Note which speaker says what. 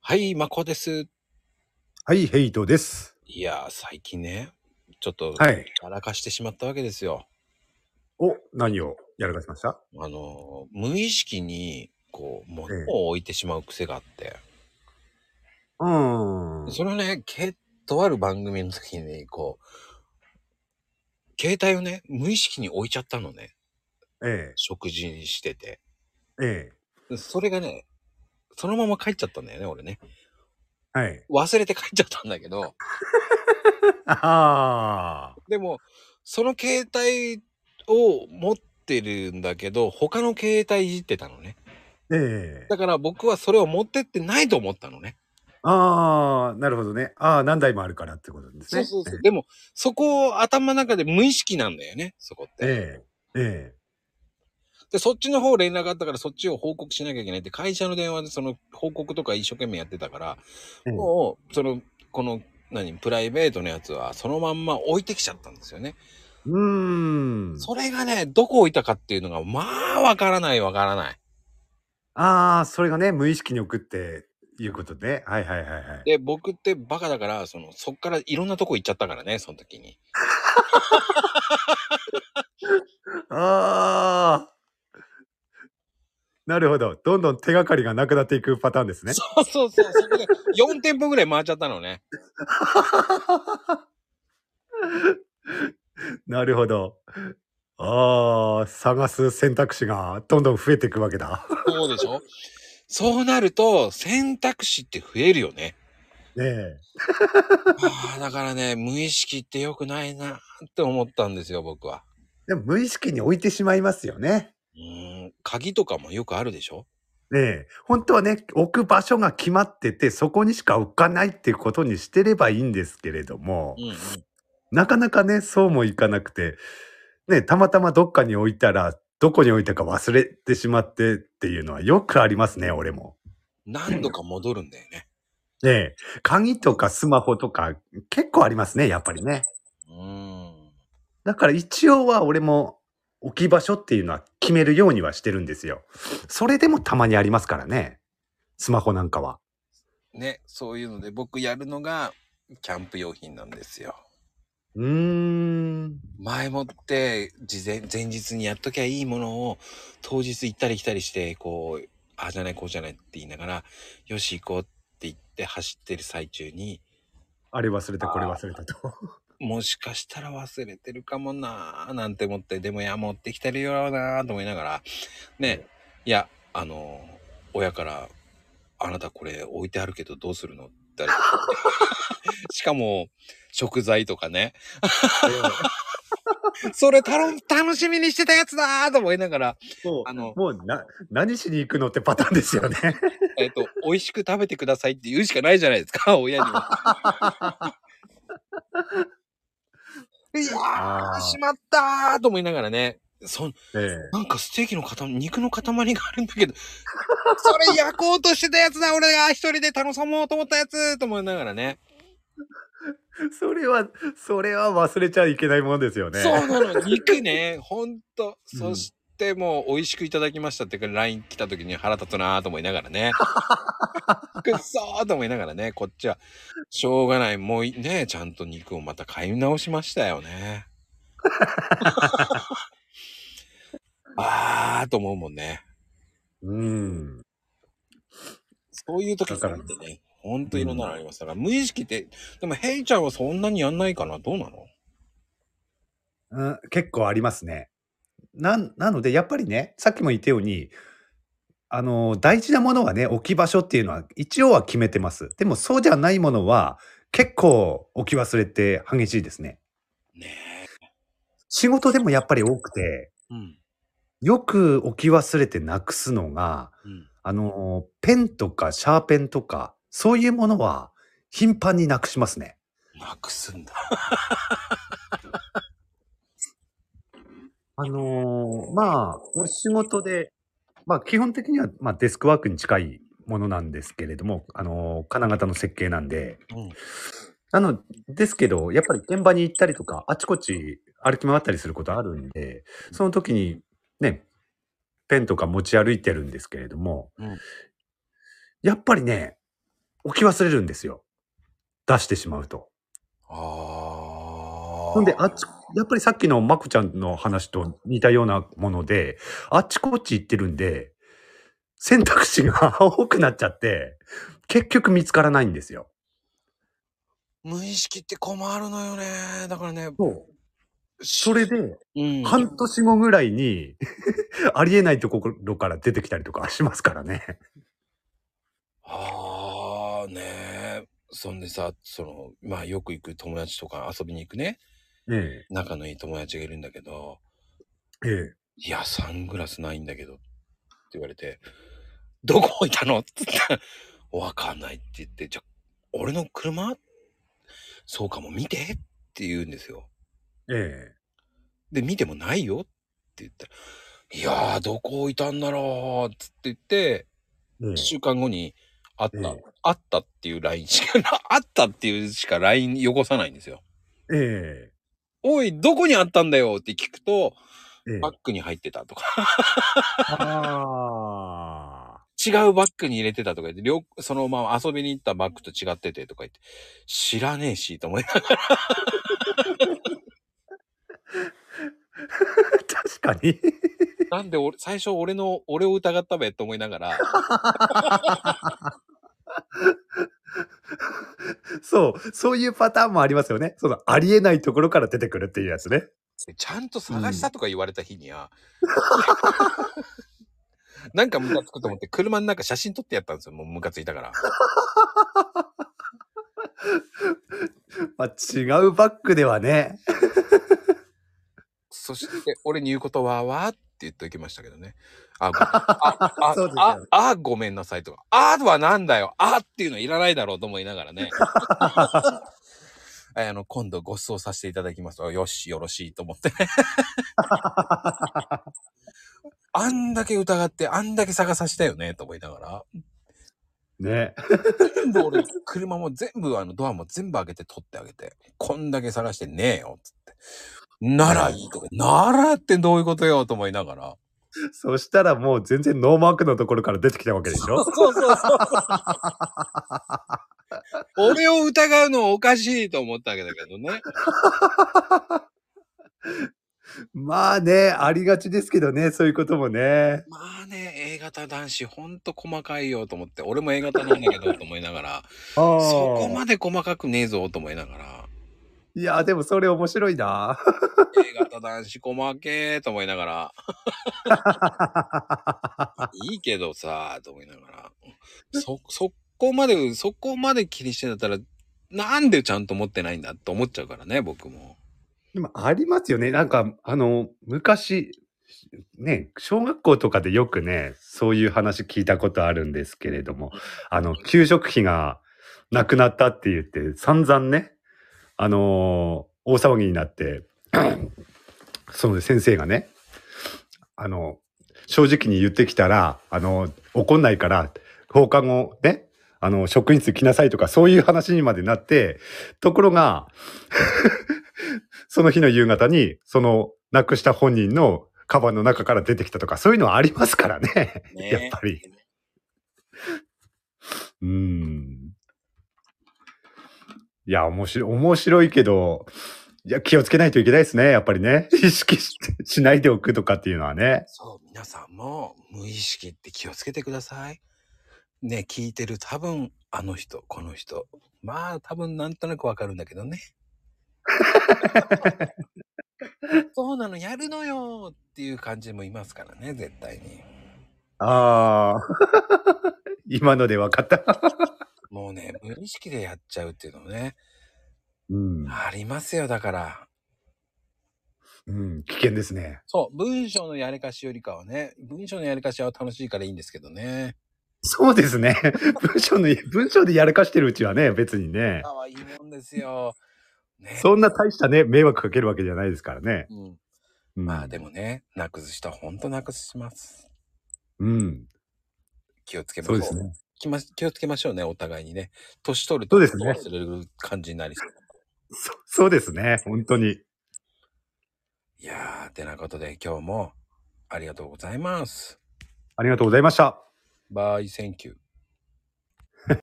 Speaker 1: はい、まこです。
Speaker 2: はい、ヘイトです。
Speaker 1: いやー、最近ね、ちょっと、
Speaker 2: はい。
Speaker 1: やらかしてしまったわけですよ。
Speaker 2: お、何をやらかしました
Speaker 1: あのー、無意識に、こう、物
Speaker 2: ええ
Speaker 1: を置いてしまう癖があって、
Speaker 2: うーん。
Speaker 1: それをね、けとある番組の時に、こう、携帯をね、無意識に置いちゃったのね。
Speaker 2: え
Speaker 1: 食事にしてて。
Speaker 2: え、え
Speaker 1: それがね、そのまま帰っちゃったんだよね、俺ね。
Speaker 2: え、はい。
Speaker 1: 忘れて帰っちゃったんだけど、
Speaker 2: ああ、
Speaker 1: でも、その携帯を持ってるんだけど、他の携帯いじってたのね。
Speaker 2: ええ
Speaker 1: だ、から僕はそれを持ってってないと思ったのね。
Speaker 2: ああ、なるほどね。ああ、何台もあるからってことです
Speaker 1: そう
Speaker 2: ね。
Speaker 1: そうそう。でも、そこを頭の中で無意識なんだよね、そこって。
Speaker 2: ええ、え
Speaker 1: で、そっちの方連絡あったからそっちを報告しなきゃいけないって、会社の電話でその報告とか一生懸命やってたから、
Speaker 2: え、ええ
Speaker 1: もう、その、この、何、プライベートのやつはそのまんま置いてきちゃったんですよね。
Speaker 2: うーん。
Speaker 1: それがね、どこ置いたかっていうのが、まあ、わからないわからない。
Speaker 2: ああ、それがね、無意識に送っていうことね。はいはいはいはい。
Speaker 1: で、僕ってバカだから、その、そっからいろんなとこ行っちゃったからね、その時 に。
Speaker 2: ああ。なるほど。どんどん手がかりがなくなっていくパターンですね。
Speaker 1: そうそうそう。そこで4店舗ぐらい回っちゃったのね。
Speaker 2: なるほど。ああ、探す選択肢がどんどん増えていくわけだ。
Speaker 1: そうでしょそうなると選択肢って増えるよね。
Speaker 2: ねえ。
Speaker 1: ああ、だからね、無意識って良くないなって思ったんですよ、僕は。
Speaker 2: でも無意識に置いてしまいますよね。
Speaker 1: うーん、鍵とかもよくあるでしょ
Speaker 2: ねえ。本当はね、置く場所が決まってて、そこにしか置かないっていうことにしてればいいんですけれども
Speaker 1: う、ん、うん。
Speaker 2: なかなかね、そうもいかなくて、ねえ、たまたまどっかに置いたら、どこに置いたか忘れてしまってっていうのはよくありますね、俺も。
Speaker 1: 何度か戻るんだよね。
Speaker 2: ねえ。鍵とかスマホとか結構ありますね、やっぱりね。
Speaker 1: うーん。
Speaker 2: だから一応は俺も置き場所っていうのは決めるようにはしてるんですよ。それでもたまにありますからね。スマホなんかは。
Speaker 1: ね、そういうので僕やるのがキャンプ用品なんですよ。
Speaker 2: うーん。
Speaker 1: 前もって事前前日にやっときゃいいものを当日行ったり来たりしてこうああじゃないこうじゃないって言いながらよし行こうって言って走ってる最中に
Speaker 2: あれ忘れた、これ忘れたと。
Speaker 1: もしかしたら忘れてるかもなーなんて思ってでもいや持ってきてるよなーと思いながらねいやあの親から「あなたこれ置いてあるけどどうするの?」って言われ てしかも食材とかねそれたの楽しみにしてたやつだーと思いながら
Speaker 2: も
Speaker 1: あの
Speaker 2: う、もうな、何しに行くのってパターンですよね。
Speaker 1: えっと、美味しく食べてくださいって言うしかないじゃないですか、親には。 いやー
Speaker 2: あー
Speaker 1: しまったーと思いながらね、そ
Speaker 2: ええ
Speaker 1: なんかステーキの塊、肉の塊があるんだけど、それ焼こうとしてたやつだ、俺が一人で楽しもうと思ったやつと思いながらね。
Speaker 2: それは、それは忘れちゃいけないものですよね。
Speaker 1: そうなの、肉 ね、ほんと。
Speaker 2: うん
Speaker 1: そしてもう美味しくいただきましたってから LINE 来た時に腹立つなーと思いながらね。 くっそーと思いながらね、こっちは、しょうがない、もういね、ちゃんと肉をまた買い直しましたよね。 あーと思うもんね。
Speaker 2: うん。
Speaker 1: そういう時
Speaker 2: だから
Speaker 1: ってね、ほんといろんなのあります。だから無意識って、でもヘイちゃんはそんなにやんないかなどうなの
Speaker 2: うん、結構ありますね。なんなのでやっぱりねさっきも言ったようにあの大事なものはね置き場所っていうのは一応は決めてます。でもそうじゃないものは結構置き忘れて激しいですね。
Speaker 1: ね
Speaker 2: 仕事でもやっぱり多く
Speaker 1: え。
Speaker 2: て
Speaker 1: うん。
Speaker 2: よく置き忘れてなくすのが
Speaker 1: うん。
Speaker 2: あのペンとかシャーペンとかそういうものは頻繁になくしますね。
Speaker 1: なくすんだ。
Speaker 2: あのーまあ、俺仕事で、まあ基本的には、まあ、デスクワークに近いものなんですけれども、あのー金型の設計なんで、
Speaker 1: うん。
Speaker 2: なのですけど、やっぱり現場に行ったりとか、あちこち歩き回ったりすることあるんで、その時にね、ペンとか持ち歩いてるんですけれども、
Speaker 1: うん
Speaker 2: やっぱりね、置き忘れるんですよ。出してしまうと。
Speaker 1: あー
Speaker 2: ほんで、あっち、やっぱりさっきのまこちゃんの話と似たようなもので、あっちこっち行ってるんで、選択肢が多くなっちゃって、結局見つからないんですよ。
Speaker 1: 無意識って困るのよね。だからね、
Speaker 2: そう。それで、
Speaker 1: うん、
Speaker 2: 半年後ぐらいに、 ありえないところから出てきたりとかしますからね。
Speaker 1: ああ、ねえ。そんでさ、その、まあよく行く友達とか遊びに行くね、
Speaker 2: え
Speaker 1: 仲のいい友達がいるんだけど、
Speaker 2: え。え
Speaker 1: いや、サングラスないんだけど、って言われて、どこ置いたのって言ったら、わかんないって言って、じゃ、俺の車そうかも、見てって言うんですよ。
Speaker 2: え。え
Speaker 1: で、見てもないよって言ったら、いやー、どこ置いたんだろうっつって言って、
Speaker 2: え。ええ
Speaker 1: 1週間後に、あった、
Speaker 2: ええ
Speaker 1: あったっていう LINE しか、 あったっていうしか LINE よこさないんですよ。
Speaker 2: え
Speaker 1: おい、どこにあったんだよって聞くと、
Speaker 2: え。ええ
Speaker 1: バッグに入ってたとか、
Speaker 2: ああ。
Speaker 1: 違うバッグに入れてたとか言って、両そのまま遊びに行ったバッグと違っててとか言って、知らねえし、と思いながら。
Speaker 2: 確かに。
Speaker 1: なんで俺、最初俺の、俺を疑ったべと思いながら、
Speaker 2: そう、そういうパターンもありますよね。そのありえないところから出てくるっていうやつね。
Speaker 1: ちゃんと探したとか言われた日には、なんかムカつくと思って、車の中写真撮ってやったんですよ。もうムカついたから。
Speaker 2: まあ、違うバッグではね。
Speaker 1: そして、俺に言うことは、わーって言っておきましたけどね。あ、ごめん あ、あ
Speaker 2: そうです、よ
Speaker 1: あ、あ、ごめんなさいとか、あーはなんだよ、あーっていうのいらないだろうと思いながらね。 あの、今度ご馳走させていただきます。あよし、よろしいと思 ってね。あんだけ疑って、あんだけ探させたよね、と思いながら。
Speaker 2: ね。
Speaker 1: 全部俺、車も全部、あの、ドアも全部開けて取ってあげて、こんだけ探してねえよ、つって。ならいいとか、ならってどういうことよ、と思いながら。
Speaker 2: そしたらもう全然ノーマークのところから出てきたわけでしょ。
Speaker 1: そうそうそう。俺を疑うのはおかしいと思ったわけだけどね。
Speaker 2: まあね、ありがちですけどね、そういうこともね。
Speaker 1: まあね、A 型男子ほんと細かいよと思って、俺も A 型なんだけどと思いながら、
Speaker 2: あー
Speaker 1: そこまで細かくねえぞと思いながら、
Speaker 2: いや、でもそれ面白いな。
Speaker 1: A 型男子細けえと思いながら、 いいけどさ、と思いながら、そ、そこまで、そこまで気にしてんだったら、なんでちゃんと持ってないんだって思っちゃうからね、僕も。
Speaker 2: でもありますよね。なんか、あの、昔、ね、小学校とかでよくね、そういう話聞いたことあるんですけれども、あの、給食費がなくなったって言って、散々ね、あのー大騒ぎになって、 その先生がね、あの、正直に言ってきたら、あの、怒んないから、放課後ね、あの、職員室来なさいとか、そういう話にまでなって、ところが、その日の夕方に、その、なくした本人のカバンの中から出てきたとか、そういうのはありますからね。
Speaker 1: ね
Speaker 2: やっぱり。うん。いや、面白い、面白いけど、いや、気をつけないといけないですね、やっぱりね。意識してしないでおくとかっていうのはね。
Speaker 1: そう、皆さんも無意識って気をつけてください。ね、聞いてる多分、あの人、この人。まあ、多分なんとなくわかるんだけどね。そうなの、やるのよっていう感じもいますからね、絶対に。
Speaker 2: ああ。今ので分かった。
Speaker 1: もうね、無意識でやっちゃうっていうのもね、
Speaker 2: うん。
Speaker 1: ありますよ、だから。
Speaker 2: うん、危険ですね。
Speaker 1: そう、文章のやりかしよりかはね、文章のやりかしは楽しいからいいんですけどね。
Speaker 2: そうですね。文章の、文章でやらかしてるうちはね、別にね。
Speaker 1: 可愛いもんですよ。ね。
Speaker 2: そんな大したね、迷惑かけるわけじゃないですからね。
Speaker 1: うん
Speaker 2: うん、
Speaker 1: まあでもね、なくす人はほんとなくします。
Speaker 2: うん。
Speaker 1: 気をつけまし
Speaker 2: そ
Speaker 1: ょ
Speaker 2: う
Speaker 1: う。
Speaker 2: ですね。
Speaker 1: 気ま気をつけましょうね、お互いにね。年取ると
Speaker 2: そうですね
Speaker 1: 忘れる感じになりそう。
Speaker 2: そそうですね。本当に。
Speaker 1: いやー、てなことで今日もありがとうございます。
Speaker 2: ありがとうございました。
Speaker 1: バイ、センキュー。